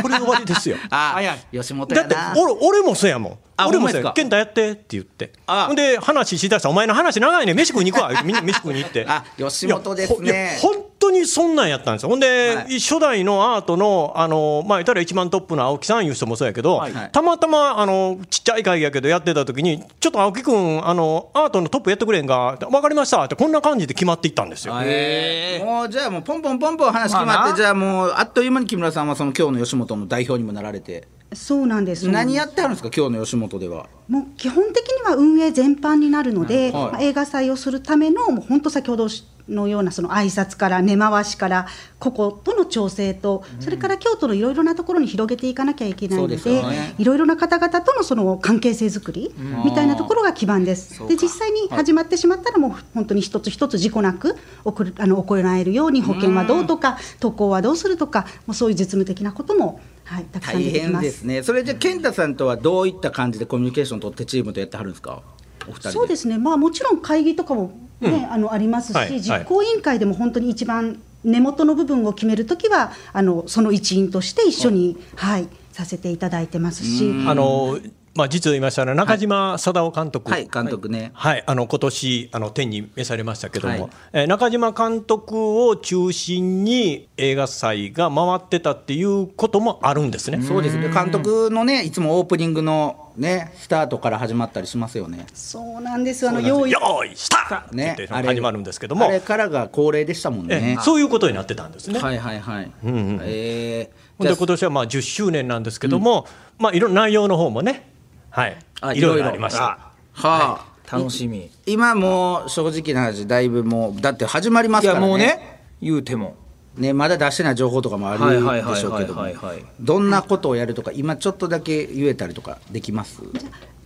S5: これで終わりですよ
S1: [LAUGHS] あ
S2: 早い
S1: 吉本
S5: だ
S1: や
S5: って
S1: な
S5: 俺俺もそうやもん
S1: あ
S5: 俺もそ
S1: ほんま
S5: う
S1: ですか
S5: や健太やってって言って
S1: あ
S5: ほんで話しだしたらお前の話長いね飯食いに行
S1: [LAUGHS]
S5: くわみんな飯食いに行って
S1: あ吉本ですね
S5: いやほいや本当にそんなんやったんですよほんで、
S1: はい
S5: 初代のアートのあのまあ言ったら一番トップの青木さんいう人もそうやけど、
S1: はいはい
S5: たまたまあのちっちゃい会議やけどやってた時にちょっと青木君あのアートのトップやってくれんか分かりましたってこんな感じで決まっていったんですよ
S2: え
S1: もうじゃあもうポンポンポンポン話決
S2: ま
S1: まっ
S2: あ
S1: て
S2: な
S1: じゃあもうあっという間に木村さんはその今日の吉本の代表にもなられて
S6: そうなんですそうなんです
S1: 何やってはるんですか今日の吉本では
S6: もう基本的には運営全般になるの
S1: は
S6: で、
S1: い
S6: まあ映画祭をするためのもう本当先ほどのようなその挨拶から根回しからこことの調整と、それから京都のいろいろなところに広げていかなきゃいけないので
S1: そうですよね
S6: いろいろな方々とのその関係性づくりみたいなところが基盤です。で実際に始まってしまったらもう本当に一つ一つ事故なく送るあの行えるように保険はどうとか渡航はどうするとかもうそういう実務的なことも、はい、たくさん
S1: 大
S6: 出てき
S1: 変
S6: ます。
S1: ですね [LAUGHS] それじゃあ健太さんとはどういった感じでコミュニケーション取ってチームとやってはるんですかお二人で
S6: そうですね、まあ、もちろん会議とかも、ねあのありますし、
S5: はい
S6: 実行委員会でも本当に一番根元の部分を決めるときはあの、その一員として一緒に、はい、させていただいてますし、
S5: あのまあ実を言いましたら中島貞夫監督、
S1: はい監督ね、
S5: はい、あの今年あの天に召されましたけども、
S1: はい
S5: えー中島監督を中心に映画祭が回ってたっていうこともあるんですね。
S1: そうですね監督のねいつもオープニングのねスタートから始まったりしますよね
S6: そうなんです、あの用意
S5: よーいしたって言
S1: ね
S5: って
S1: あれ
S5: 始まるんですけども、
S1: あれからが恒例でしたもん
S5: え
S1: ね
S5: ーそういうことになってたんですね。
S1: はいはいはい、
S5: んうん
S1: えー
S5: ほんで今年はまあ10周年なんですけども、まあいろんな内容の方もね、はい
S1: あ、
S5: いろいろありました。
S1: はあ、
S2: 楽しみ
S1: 今もう正直な話だいぶもうだって始まりま
S2: い
S1: すか
S2: や
S1: らね
S2: もうね言うても
S1: ねまだ出してない情報とかもあ
S2: は
S1: る
S2: いはいはいはいはいはい
S1: でしょうけどもどんなことをやるとか今ちょっとだけ言えたりとかできます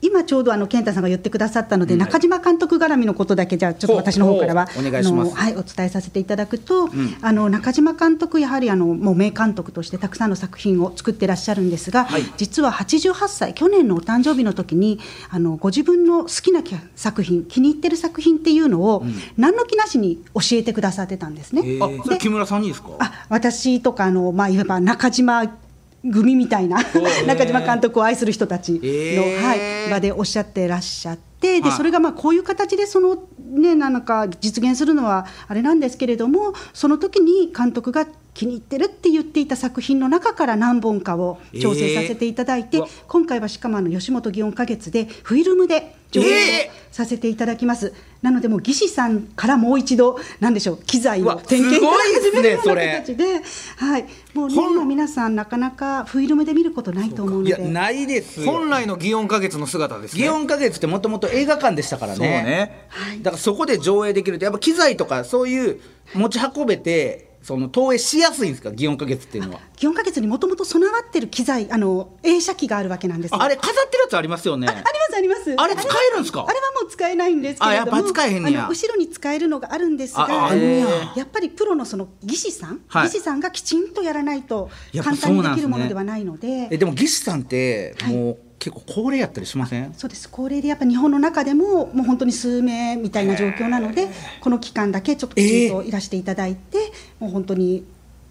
S6: 今ちょうどあの健太さんが言ってくださったので、中島監督絡みのことだけじゃあちょっと私の方からは
S1: ほうほうお願いします
S6: あのはいお伝えさせていただくと、あの中島監督やはりあのもう名監督としてたくさんの作品を作ってらっしゃるんですが、実は88歳去年のお誕生日の時にあのご自分の好きな作品気に入ってる作品っていうのを、何の気なしに教えてくださってたんですね。
S1: あそれ木村さんにですか
S6: あ私とかあの、まあ、いわば中島組みたいな [LAUGHS] 中島監督を愛する人たちの、
S1: へー
S6: はい、場でおっしゃってらっしゃって
S1: は
S6: で、
S1: い
S6: それがまあこういう形でその、ね、なんか実現するのはあれなんですけれどもその時に監督が気に入ってるって言っていた作品の中から何本かを調整させていただいて、今回はしかもあの吉本祇園花月でフィルムで上映を、
S1: え
S6: させていただきます。なのでもう技師さんからもう一度なんでしょう機材
S1: うわ
S6: を点検から
S1: すごいですね
S6: 始めるよう
S1: そ
S6: な
S1: れ
S6: 形で、はい、もうね今皆さんなかなかフィルムで見ることないと思うの
S1: いや、
S6: で
S1: ないですよ
S2: 本来の祇園花月の姿ですね
S1: 祇園花月ってもともと映画館でしたからね
S2: そうね
S1: だからそこで上映できるとやっぱ機材とかそういう持ち運べてその投影しやすいんですか祇園花月っていうのは
S6: 4ヶ月にもともと備わってる機材あの映写機があるわけなんです
S1: あれ飾ってるやつありますよね
S6: ありますあります
S1: あれ使えるんですか
S6: あれはもう使えないんですけれども
S1: あやっぱ使えへんねや
S6: あの後ろに使えるのがあるんです
S1: あ
S6: が
S1: あるんや
S6: やっぱりプロのその技師さん、
S1: はい
S6: 技師さんがきちんとやらないと
S1: やっぱ
S6: 簡
S1: そう
S6: 単にで
S1: なんですね
S6: きるものではないので
S1: [LAUGHS] えでも技師さんって
S6: はい
S1: もう結構高齢やったりしません、
S6: そうです高齢でやっぱ日本の中でももう本当に数名みたいな状況なのでこの期間だけちょっときちんといらしていただいて、もう本当に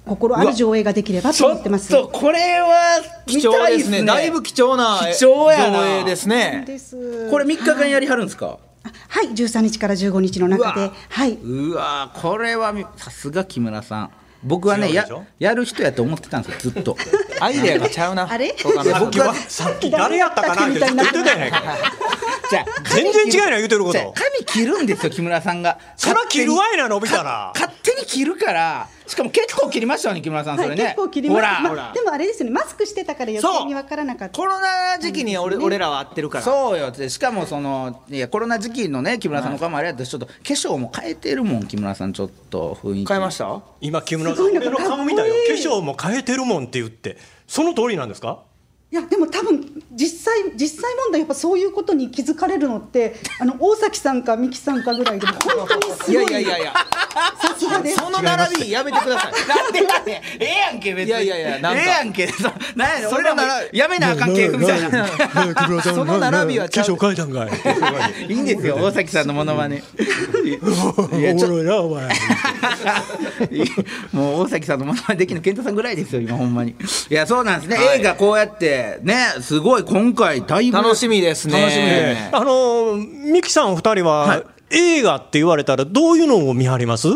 S6: 心ある上映ができればと思ってます。
S1: これは
S2: 貴重ですねだいぶ貴重な
S1: 貴重やな
S2: 上映です
S6: そう
S2: ね
S6: です
S1: これ3日間やりはるんですか、
S6: あはい13日から15日の中
S1: う
S6: で
S1: わ
S6: はい。
S1: うわーこれはみさすが木村さん僕はね
S5: 違うで
S1: や
S5: しょ
S1: やる人やと思ってたんですよず
S5: [LAUGHS]
S1: っと
S2: アイデアがちゃうな
S6: あれ
S2: 他の
S5: さっき
S2: 僕は
S5: はさっき誰やったかなってずっと言ってたやないか
S1: じゃあ
S5: 全然違うやない言うてること
S1: じゃあ髪切るんですよ木村さんが
S5: そら切るわいな伸びた
S1: から勝手に切るからしかも結構切りましたよね木村さんそ
S6: は
S1: れ
S6: い、
S1: ね、
S6: 結構切りま
S1: ほ
S6: す
S1: ら、
S6: まあでもあれですよねマスクしてたから余計に分からなかった
S2: コロナ時期に俺俺らは会ってるから
S1: そうよでしかもそのいやコロナ時期のね木村さんの顔もあれやったしちょっと化粧も変えてるもん木村さんちょっと雰囲気
S2: 買いました
S5: 今木村さん
S6: すごいな
S5: 俺の顔見たよ
S6: かっこ
S5: 化
S6: いい
S5: 粧も変えてるもんって言ってその通りなんですか
S6: いやでも多分実際実際問題やっぱそういうことに気づかれるのってあの大崎さんか三木さんかぐらいでも本当にす
S2: い
S6: ご
S2: や
S6: い
S2: いやいやいや
S6: さすがです
S2: その並びやめてください
S1: なんでなんでええやんけ別に
S2: いやいやいやなんか
S1: ええやんけそなんやねん
S2: そ
S1: 俺
S2: れな
S1: らも
S2: ら
S1: やめなあかん系譜みたいな [LAUGHS]
S2: その並びはちゃう
S5: 変えたんかい
S1: いいんですよ大崎さんのモノマ [LAUGHS] ネいやちょ
S5: ろいなお前
S1: もう大崎さんのものまねできるの健太さんぐらいですよ今ほんまにいやそうなんですね、映画こうやってねすごい今回だいぶ
S2: 楽しみです
S1: [LAUGHS]
S2: ね
S1: 楽しみですね
S5: あのミキさんお二人は映画って言われたらどういうのを見張ります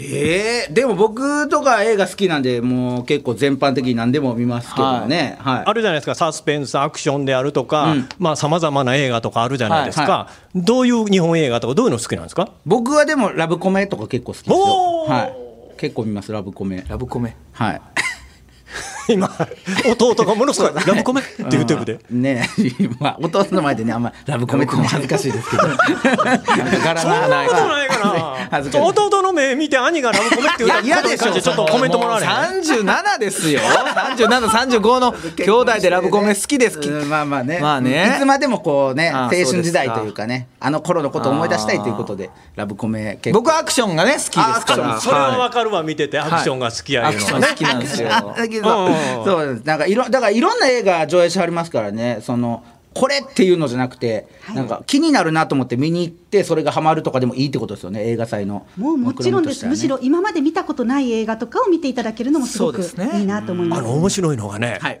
S1: えーでも僕とか映画好きなんでもう結構全般的に何でも見ますけどねはい、
S5: あるじゃないですかサスペンスアクションであるとかまあさまざまな映画とかあるじゃないです
S1: はいは
S5: かどういう日本映画とかどういうの好きなんですか
S1: 僕はでもラブコメとか結構好きですよ
S5: おー
S1: はい結構見ますラブコメ
S2: ラブコメ [LAUGHS]
S1: はい
S5: 今弟がものすごいラブコメって言ってるで
S1: うんね [LAUGHS] えまあ弟の前でねあんまラブコメってのも恥ずかしいですけど
S2: [LAUGHS]
S1: 柄
S5: そんな
S1: の
S5: ことないか
S1: 恥ず
S5: な
S1: かしい
S5: 弟の目見て兄がラブコメって言うた
S1: いや嫌
S5: こと
S1: で
S5: に
S1: しょ
S5: 関してちょっとコメントもらわれへん
S2: 三十七ですよ。三十七、三十五の兄弟でラブコメ好きです。き
S1: うんまあまあね,、
S2: まあね
S1: いつまでもこうね
S2: あ
S1: 青
S2: あそうですか
S1: 春時代というかねあの頃のことを思い出したいということでラブコメ結構
S2: 僕はアクションがね好きです
S1: あアク
S2: か
S1: ション
S2: ら。
S5: それは
S2: は
S5: 分かるわ見ててアクションが好き
S2: い
S5: や
S2: ア
S5: いう
S2: ク
S5: の
S2: シ
S5: は
S2: ョン
S5: ね
S2: 好きなんですよ。
S1: あだけど
S5: うん
S1: そうですなんかいろだからいろんな映画上映してはりますからねそのこれっていうのじゃなくて、なんか気になるなと思って見に行ってそれがハマるとかでもいいってことですよね映画祭の
S6: もうもちろんです、
S1: 目論見と
S6: む
S1: ては
S6: し
S1: ね
S6: ろ今まで見たことない映画とかを見ていただけるのもすご
S2: そう
S6: く
S2: ですね
S6: いいなと思いま
S5: あ
S6: す。
S5: の面白いのがね、
S1: はい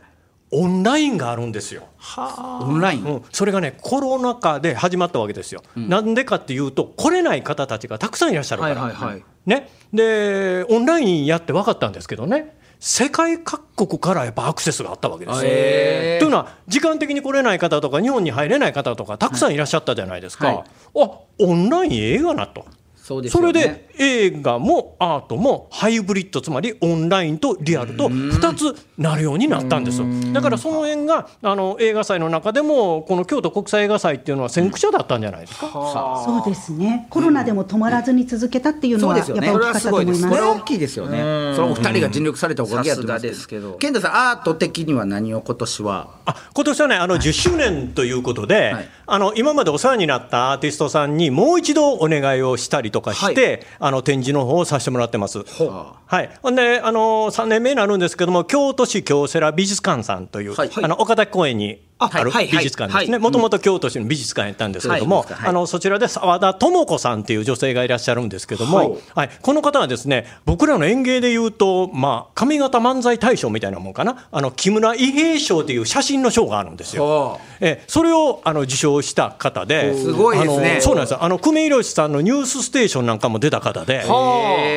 S5: オンラインがあるんですよ、
S1: オンライン、
S5: うん、それがねコロナ禍で始まったわけですよ、なんでかっていうと来れない方たちがたくさんいらっしゃるから、
S2: はいはいはい
S5: ね、でオンラインやって分かったんですけどね世界各国からやっぱアクセスがあったわけですよ。
S1: へー
S5: というのは時間的に来れない方とか日本に入れない方とかたくさんいらっしゃったじゃないですか、
S1: はい
S5: あオンライン映画なと。
S1: そうです
S5: そ
S1: よ
S5: れ
S1: ね
S5: で映画もアートもハイブリッドつまりオンラインとリアルと2つなるようになったんですよだからその辺があの映画祭の中でもこの京都国際映画祭っていうのは先駆者だったんじゃないですか
S6: そうですね。コロナでも止まらずに続けたっていうのは
S1: そう
S6: や
S1: で
S6: っ
S1: す
S6: ぱ
S1: よ
S6: 大
S1: ね
S6: きかったと思います。
S1: これは大きいですよね
S2: うん
S1: そのお二人が尽力されたおかげやと思いま
S2: さすがですけど
S1: 健太さんアート的には何を今年は
S5: あ今年はねあの10周年ということで、
S1: はい
S5: あの今までお世話になったアーティストさんにもう一度お願いをしたりとかして、あの展示の方をさせてもらってます。はい、ほんであの3年目になるんですけども京都市京セラ美術館さんという、
S1: はい
S5: あの岡崎公園にあ
S2: あ
S5: る
S2: はい
S5: 美術館です
S2: は
S5: ね
S2: い
S5: もともと京都市の美術館やったんですけども、
S1: そうですかはい
S5: あのそちらで澤田智子さんという女性がいらっしゃるんですけども、はいこの方はですね僕らの演芸でいうと、まあ、上方漫才大賞みたいなもんかなあの木村伊兵衛賞という写真の賞があるんですよ
S1: ほ。
S5: えそれをあの受賞した方で
S1: おすごいですね
S5: あのそうなんですよあの久米宏さんの「ニュースステーション」なんかも出た方で。
S1: へ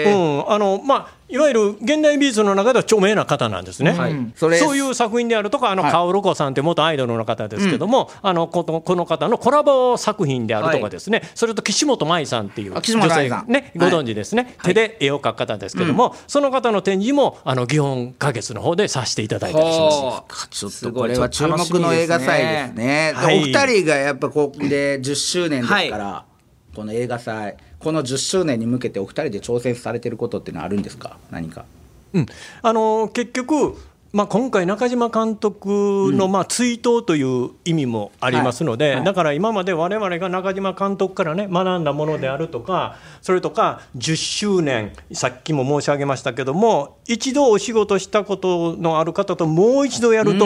S1: ー
S5: うん、あのまあいわゆる現代美術の中では著名な方なんですね。
S1: はいそれ
S5: そういう作品であるとか、あの、
S1: はい
S5: カオルコさんって元アイドルの方ですけども、あの、この、この方のコラボ作品であるとかですね、それと岸本舞さんっていう
S1: あ
S5: 女
S1: 岸本
S5: 性
S1: 舞さん
S5: ね、ご
S1: はい
S5: 存知ですね、手で絵を描く方ですけども、その方の展示も、あの、祇園花月の方でさせていただいたりします。
S1: ちょっとこれは注目の映画祭ですね。
S5: はい
S1: でお二人がやっぱここで10周年ですから、この映画祭、この10周年に向けてお二人で挑戦されてることっていうのはあるんですか、何か。
S5: うん、あの結局まあ、今回、中島監督のまあ追悼という意味もありますので、
S1: はいはい
S5: だから今まで我々が中島監督から、ね、学んだものであるとか、それとか10周年、さっきも申し上げましたけども、一度お仕事したことのある方ともう一度やると、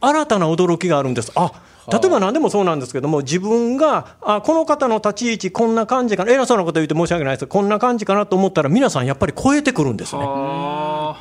S5: 新たな驚きがあるんです。あ例えば何でもそうなんですけども自分があこの方の立ち位置こんな感じかな偉そうなこと言って申し訳ないですけどこんな感じかなと思ったら皆さんやっぱり超えてくるんですね。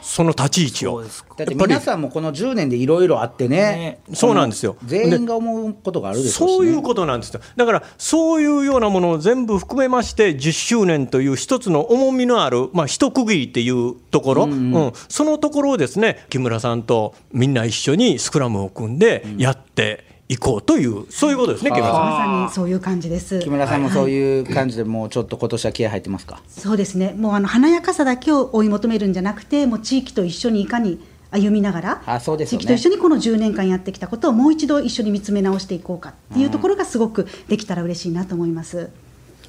S5: その立ち位置を。
S1: だって皆さんもこの10年でいろいろあってね
S5: そうなんですよ。
S1: 全員が思うことがあるでしょうし、ね、
S5: そういうことなんですよ。だから、そういうようなものを全部含めまして、10周年という一つの重みのある、まあ、一区切りっていうところ、うんそのところをですね、木村さんとみんな一緒にスクラムを組んでやっていこうという、そういうことですね、木村さん。
S6: まさにそういう感じです。
S1: 木村さんもそういう感じでもうちょっと今年は気合入ってますか、
S6: そうですね。もうあの華やかさだけを追い求めるんじゃなくて、もう地域と一緒にいかに歩みながら、
S1: あそうです
S6: 地
S1: よね
S6: 域と一緒にこの10年間やってきたことをもう一度一緒に見つめ直していこうかっていうところがすごくできたら嬉しいなと思います。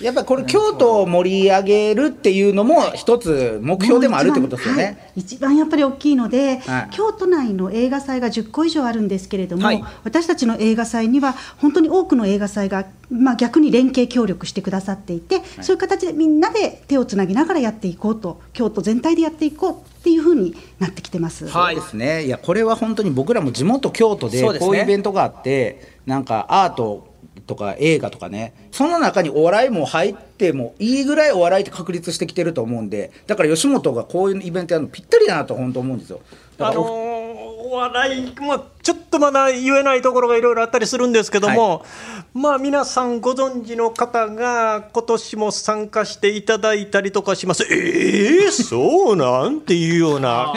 S1: やっぱりこれ京都を盛り上げるっていうのも一つ目標でもあるってことですよね、
S6: はい一番やっぱり大きいので、
S1: はい
S6: 京都内の映画祭が10個以上あるんですけれども、
S1: はい
S6: 私たちの映画祭には本当に多くの映画祭が、まあ、逆に連携協力してくださっていて、そういう形でみんなで手をつなぎながらやっていこうと京都全体でやっていこうっていうふうになってきてます。
S1: そうですね、いや、これは本当に僕らも地元、京都で
S2: そうですね
S1: こういうイベントがあって、なんかアートとか映画とかね、その中にお笑いも入ってもいいぐらいお笑いって確立してきてると思うんで、だから吉本がこういうイベントやるのぴったりだなと、本当思うんですよ。だ
S5: あ
S1: から
S5: のーお笑い、まあ、ちょっとまだ言えないところがいろいろあったりするんですけども、まあ皆さんご存知の方が今年も参加していただいたりとかしますえー、そうなんていうような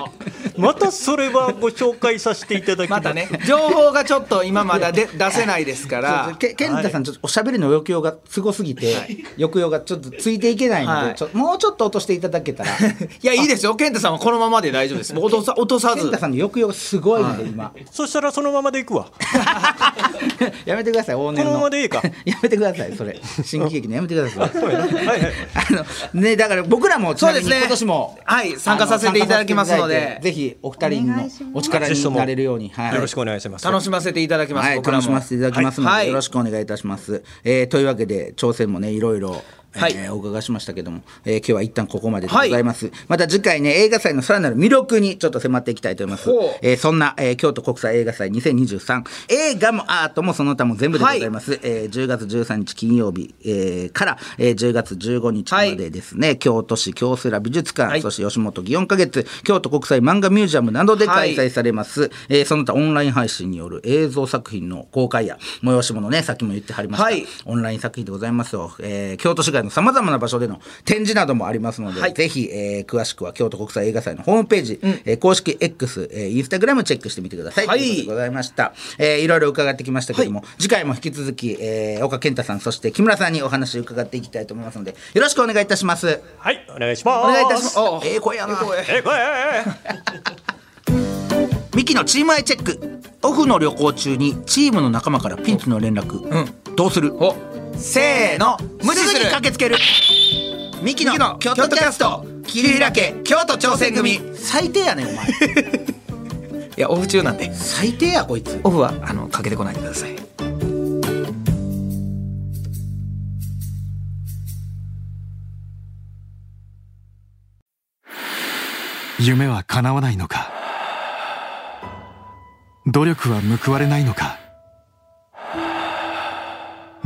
S5: またそれはご紹介させていただきます
S2: またね情報がちょっと今まだで出せないですか
S1: そう
S2: [LAUGHS] ら
S1: け健太さん、ちょっとおしゃべりの抑揚がすごすぎて、抑揚がちょっとついていけないので、
S2: はい
S1: ちょもうちょっと落としていただけたら、
S2: いやいいですよ健太さんはこのままで大丈夫ですもう [LAUGHS] 落とさ落とさ
S1: 健
S2: ず
S1: 太さんの抑揚がすごいので、今、
S5: そしたらそのままでいくわ
S1: [LAUGHS] やめてください、往年の。
S5: このままでいいか
S1: [LAUGHS] やめてください、それ、新喜劇のやめてくださ
S5: [LAUGHS]
S1: い。
S5: はいはい
S1: [LAUGHS] あのねだから僕らもちなみに
S2: そうですね
S1: 今年も
S2: はい参加させていただきますので
S1: あ参加させていただいてぜひお二人
S6: お願
S1: の
S6: いします
S1: お力になれるようにはい
S5: よろしくお願いします
S2: 楽しませていただきます、
S1: はい
S2: 僕ら
S1: 楽
S2: も
S1: しませていただきますの
S2: は
S1: で
S2: い
S1: よろしくお願いいたしますえーというわけで挑戦もねいろいろえー
S2: はい
S1: お伺いしましたけども、えー今日は一旦ここまででございます、また次回ね映画祭のさらなる魅力にちょっと迫っていきたいと思います
S2: ほう、
S1: えーそんな、えー京都国際映画祭2023映画もアートもその他も全部でございます、えー10月13日金曜日、えーから、えー10月15日までですね、京都市京セラ美術館、
S2: はい
S1: そして吉本祇園花月京都国際漫画ミュージアムなどで開催されます、えーその他オンライン配信による映像作品の公開や催し物ねさっきも言ってはりました、
S2: はい
S1: オンライン作品でございますよ、えー京都市外のさまざまな場所での展示などもありますので、
S2: はい
S1: ぜひ、えー詳しくは京都国際映画祭のホームページ、えー公式 X、えーインスタグラムチェックしてみてください、
S2: はい
S1: ということでございました、えーいろいろ伺ってきましたけども、次回も引き続き、えー岡健太さんそして木村さんにお話を伺っていきたいと思いますのでよろしくお願いいたします
S5: はいお願いします
S1: お願いいたします
S2: あ
S1: ええ声やな
S5: えこれ
S1: ミキのチームアイチェックオフの旅行中にチームの仲間からピンチの連絡、
S2: う
S1: どうする
S2: おせーの無視
S1: す
S2: す
S1: ぐに
S2: る
S1: 駆けつけるミキの
S2: ミキの
S1: 京都キャスト桐平家
S2: 京都挑戦組い
S1: 最低やねんお
S2: [LAUGHS]
S1: 前
S2: やオフ中なんで
S1: 最低やこいつ
S2: オフはあのかけてこないでください
S7: 夢は叶わないのか努力は報われないのか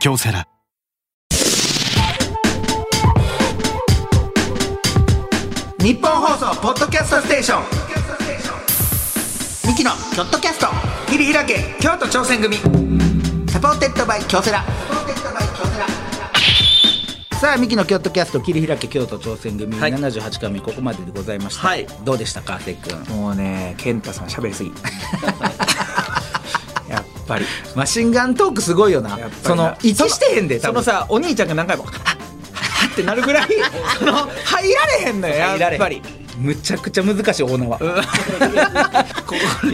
S7: 京セラ
S1: 日本放送ポッドキャストステーションミキのキョットキャスト切り開け京都挑戦組サポーテッドバイ京セラさあミキの京都キャスト切り開け京都挑戦組
S2: はい
S1: 78回目ここまででございました、
S2: はい
S1: どうでしたかせっくん
S2: もうね健太さん喋りすぎやっぱり
S1: マシンガントークすごいよな
S2: やっぱりな
S1: その一致してへんで
S2: そ
S1: 多
S2: の
S1: 分
S2: さお兄ちゃんが何回も「はっはっ」ってなるぐ
S1: [LAUGHS]
S2: らいその入られへんのよ [LAUGHS] やっぱり
S1: むちゃくちゃ難しい大縄い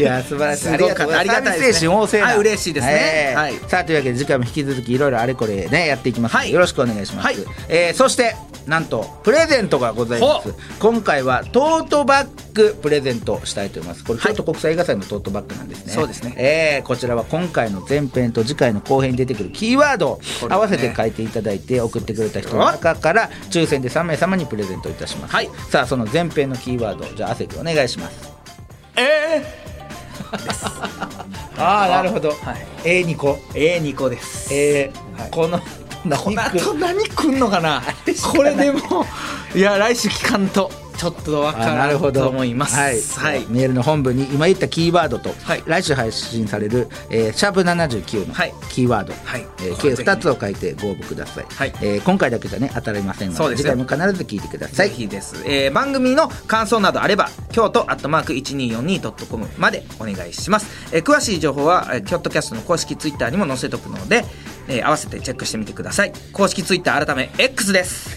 S1: や素晴らしい
S2: すごく
S1: ありがたいですね
S2: サービス精神旺盛な
S1: はい嬉しいですね、
S2: えーはい
S1: さあというわけで次回も引き続きいろいろあれこれねやっていきますので、
S2: はい
S1: よろしくお願いします、
S2: はい
S1: えーそしてなんとプレゼントがございます
S2: ほ
S1: 今回はトートバッグプレゼントしたいと思いますこれ
S2: は
S1: 京
S2: い
S1: 都国際映画祭のトートバッグなんですね
S2: そうですね
S1: えーこちらは今回の前編と次回の後編に出てくるキーワードを
S2: これね
S1: 合わせて書いていただいて送ってくれた人の中から抽選で3名様にプレゼントいたします、
S2: はい
S1: さあその前編のキーワードじゃあ亜生君お願いしますああなるほど、A にこ
S2: A 二個です
S1: えーこの
S2: この
S1: 何
S2: 後
S1: く
S2: 何くんのかなこれでもいや来週聞かんとちょっとわ
S1: あ
S2: か
S1: な
S2: ら
S1: るほ
S2: んと
S1: ど
S2: 思います
S1: はい、
S2: はい
S1: メールの本文に今言ったキーワードと、
S2: はい
S1: 来週配信される、えーシャープ79の
S2: はい
S1: キーワード、
S2: はい
S1: えー
S2: これ
S1: 計
S2: ぜひ
S1: 2つを書いてご応募ください、
S2: はい
S1: えー今回だけじゃね当たりませんので
S2: そうです
S1: 次
S2: ね
S1: 回も必ず聞いてくださ
S2: ぜ
S1: い
S2: ひです、えー番組の感想などあれば京都アットマーク 1242.com までお願いします、えー詳しい情報は、えー、京都キャストの公式ツイッターにも載せておくので、えー合わせてチェックしてみてください公式ツイッター改め X です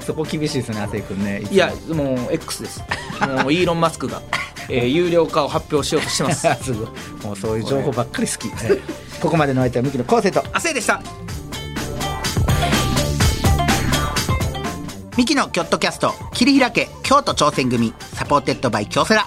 S1: そこ厳しいですね亜生君ね
S2: [LAUGHS] いやもう X ですもうイーロン・マスクが、えー有料化を発表しようとしてま [LAUGHS] す
S1: すごいもうそういう情報ばっかり好き、はい [LAUGHS] ここまでのお相手はミキの昴生と
S2: 亜生でした
S1: ミキのキョットキャスト切り開け京都挑戦組サポーテッドバイ京セラ